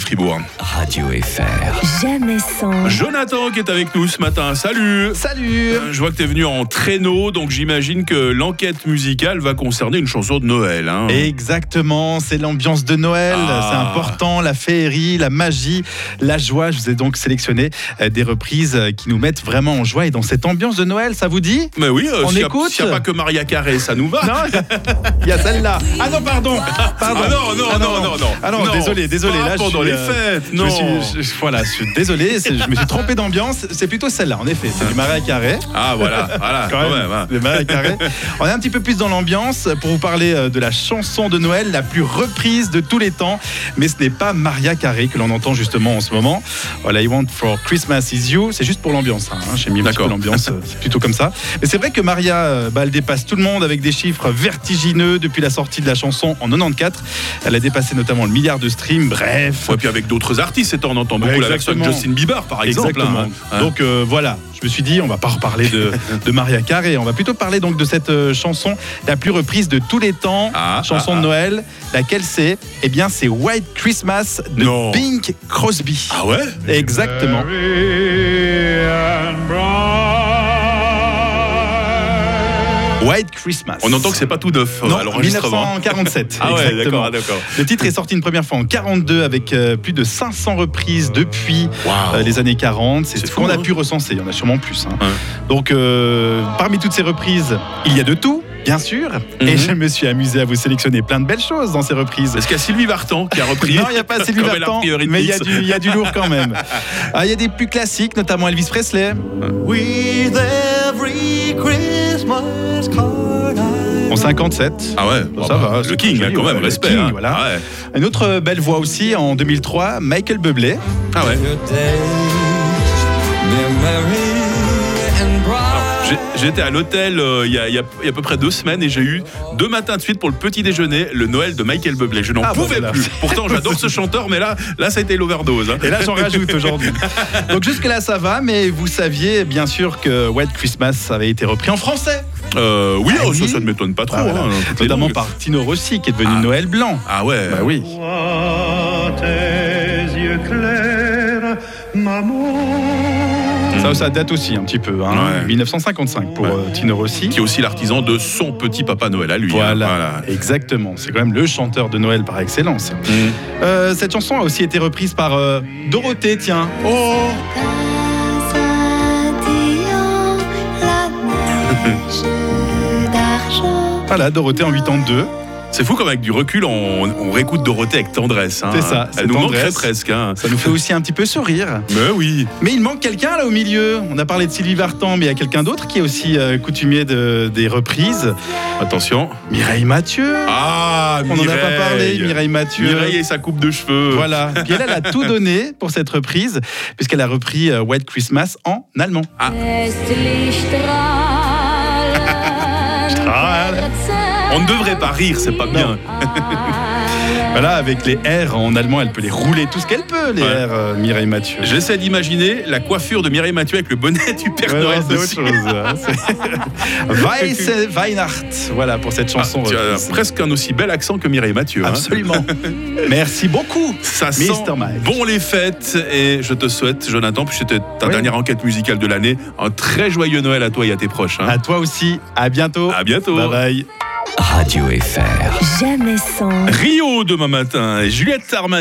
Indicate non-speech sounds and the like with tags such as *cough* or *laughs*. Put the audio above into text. Fribourg. Radio FR. Jamais sans. *laughs* Jonathan qui est avec nous ce matin, salut Salut Euh, Je vois que t'es venu en traîneau, donc j'imagine que l'enquête musicale va concerner une chanson de Noël. hein. Exactement, c'est l'ambiance de Noël, Ah. c'est important, la féerie, la magie, la joie. Je vous ai donc sélectionné euh, des reprises euh, qui nous mettent vraiment en joie et dans cette ambiance de Noël, ça *laughs* vous dit Mais oui, euh, On s'il n'y a, écoute s'il y a pas que Maria Carré, ça nous va. Non Il y a celle-là. Ah non, pardon, pardon. Ah non, non, Ah non, non, non. Ah non, Non, désolé, désolé. pas Là, je pendant suis, les euh, fêtes, je non. suis- je- voilà, je suis désolé, c'est- je me suis trompé d'ambiance. C'est plutôt celle-là, en effet. C'est du Marais Carré. Ah *laughs* voilà, voilà, quand même. hein. Le Marais Carré. *laughs* On est un petit peu plus dans l'ambiance pour vous parler euh, de la chanson de Noël la plus reprise de tous les temps. Mais ce n'est pas Maria Carré que l'on entend justement en ce moment. All I Want for Christmas is You. C'est juste pour l'ambiance. hein. J'ai mis un petit peu D'accord. l'ambiance. euh, C'est plutôt comme ça. Mais c'est vrai que Maria, euh, bah, elle dépasse tout le monde avec des chiffres vertigineux depuis la sortie de la chanson en 94. Elle a dépassé notamment le milliard de streams. Bref. Ouais, puis avec d'autres artistes, et on entend beaucoup Ouais, la version de exactement. Justin Bieber par exemple. Exactement. hein. Hein. Donc euh, voilà, je me suis dit, on va pas reparler de, de Maria Carré, on va plutôt parler donc de cette euh, chanson la plus reprise de tous les temps, Ah, chanson ah, ah. de Noël, laquelle c'est Eh bien, c'est White Christmas de Non. Pink Crosby. Ah ouais Exactement. White Christmas. On entend que c'est pas tout neuf euh, non, à l'enregistrement. 1947. Ah ouais, exactement. d'accord, d'accord. Le titre est sorti une première fois en 42 avec euh, plus de 500 reprises depuis Waouh. euh, les années 40. C'est Ah C'est ce fou, qu'on a hein. pu recenser. Il y en a sûrement plus. hein. Ouais. Donc, euh, parmi toutes ces reprises, il y a de tout, bien sûr. Mhm. Et je me suis amusé à vous sélectionner plein de belles choses dans ces reprises. Est-ce qu'il y a Sylvie Vartan qui a repris *laughs* Non, il n'y *laughs* a pas Sylvie Comme elle a Vartan, repris Eurythmics. mais il y, a du- il y a du lourd *laughs* quand même. Ah, Il y a des plus classiques, notamment Elvis Presley. En 57. Ah ouais, bah, Ça bah, va, le c'est King, joli, là, quand ouais, même, le respect. King, hein. voilà. Ah ouais. Une autre belle voix aussi en 2003, Michael Bublé. Ah ouais. Alors, J'ai- J'étais à l'hôtel euh, il y, a, il y a- il y a à peu près deux semaines et j'ai eu deux matins de suite pour le petit déjeuner le Noël de Michael Bublé. Je n'en Ah, bah, pouvais voilà. plus. Pourtant j'adore ce chanteur mais là là ça a été l'overdose. hein. Et là, j'en rajoute aujourd'hui. *laughs* Donc jusque-là, ça va, mais vous saviez bien sûr que White Christmas avait été repris en français, Euh, oui Ah oh, ça, oui. ça ne m'étonne pas trop. Ah, voilà. hein, toutes les notamment langues. par Tino Rossi, qui est devenu Ah. Noël blanc. Ah ouais. Bah oui. Toi, tes yeux clairs, maman. Ça, ça date aussi un petit peu, hein. Ouais. 1955 pour Ouais. euh, Tino Rossi. Qui est aussi l'artisan de son petit papa Noël à lui. hein. Voilà, exactement. C'est quand même le chanteur de Noël par excellence. Mm. Euh, cette chanson a aussi été reprise par euh, Dorothée, tiens. Oh Voilà, Dorothée en 82. C'est fou comme avec du recul on, on réécoute Dorothée avec tendresse. hein. C'est ça, c'est Elle nous manquerait tendresse. presque. hein. *laughs* Ça nous fait aussi un petit peu sourire. Mais oui. Mais il manque quelqu'un là au milieu. On a parlé de Sylvie Vartan, mais il y a quelqu'un d'autre qui est aussi euh, coutumier de- des reprises. Attention. Mireille Mathieu. Ah On n'en a pas parlé, Mireille. Mireille Mathieu. Mireille et sa coupe de cheveux. *laughs* Voilà. Puis elle, elle a tout donné pour cette reprise, puisqu'elle a repris euh, White Christmas en allemand. Ah, On ne devrait pas rire, c'est pas bien. Ah, Voilà, avec les R en allemand, elle peut les rouler tout ce qu'elle peut, les Ouais. R, euh, Mireille Mathieu. J'essaie d'imaginer la coiffure de Mireille Mathieu avec le bonnet du Père Ouais, Noël non, c'est autre dessus. chose. hein. *laughs* C'est- Weiss Weihnacht, voilà pour cette Ah, chanson. tu as reprise. presque un aussi bel accent que Mireille Mathieu. hein. *laughs* Absolument. Merci beaucoup. Ça sent Mr. Mike. bon les fêtes et je te souhaite, Jonathan, puisque c'était ta Oui. dernière enquête musicale de l'année, un très joyeux Noël à toi et à tes proches. hein. À toi aussi. À bientôt. À bientôt. Bye bye. Radio FR. Jamais sans. Rio demain matin, Juliette Armanet.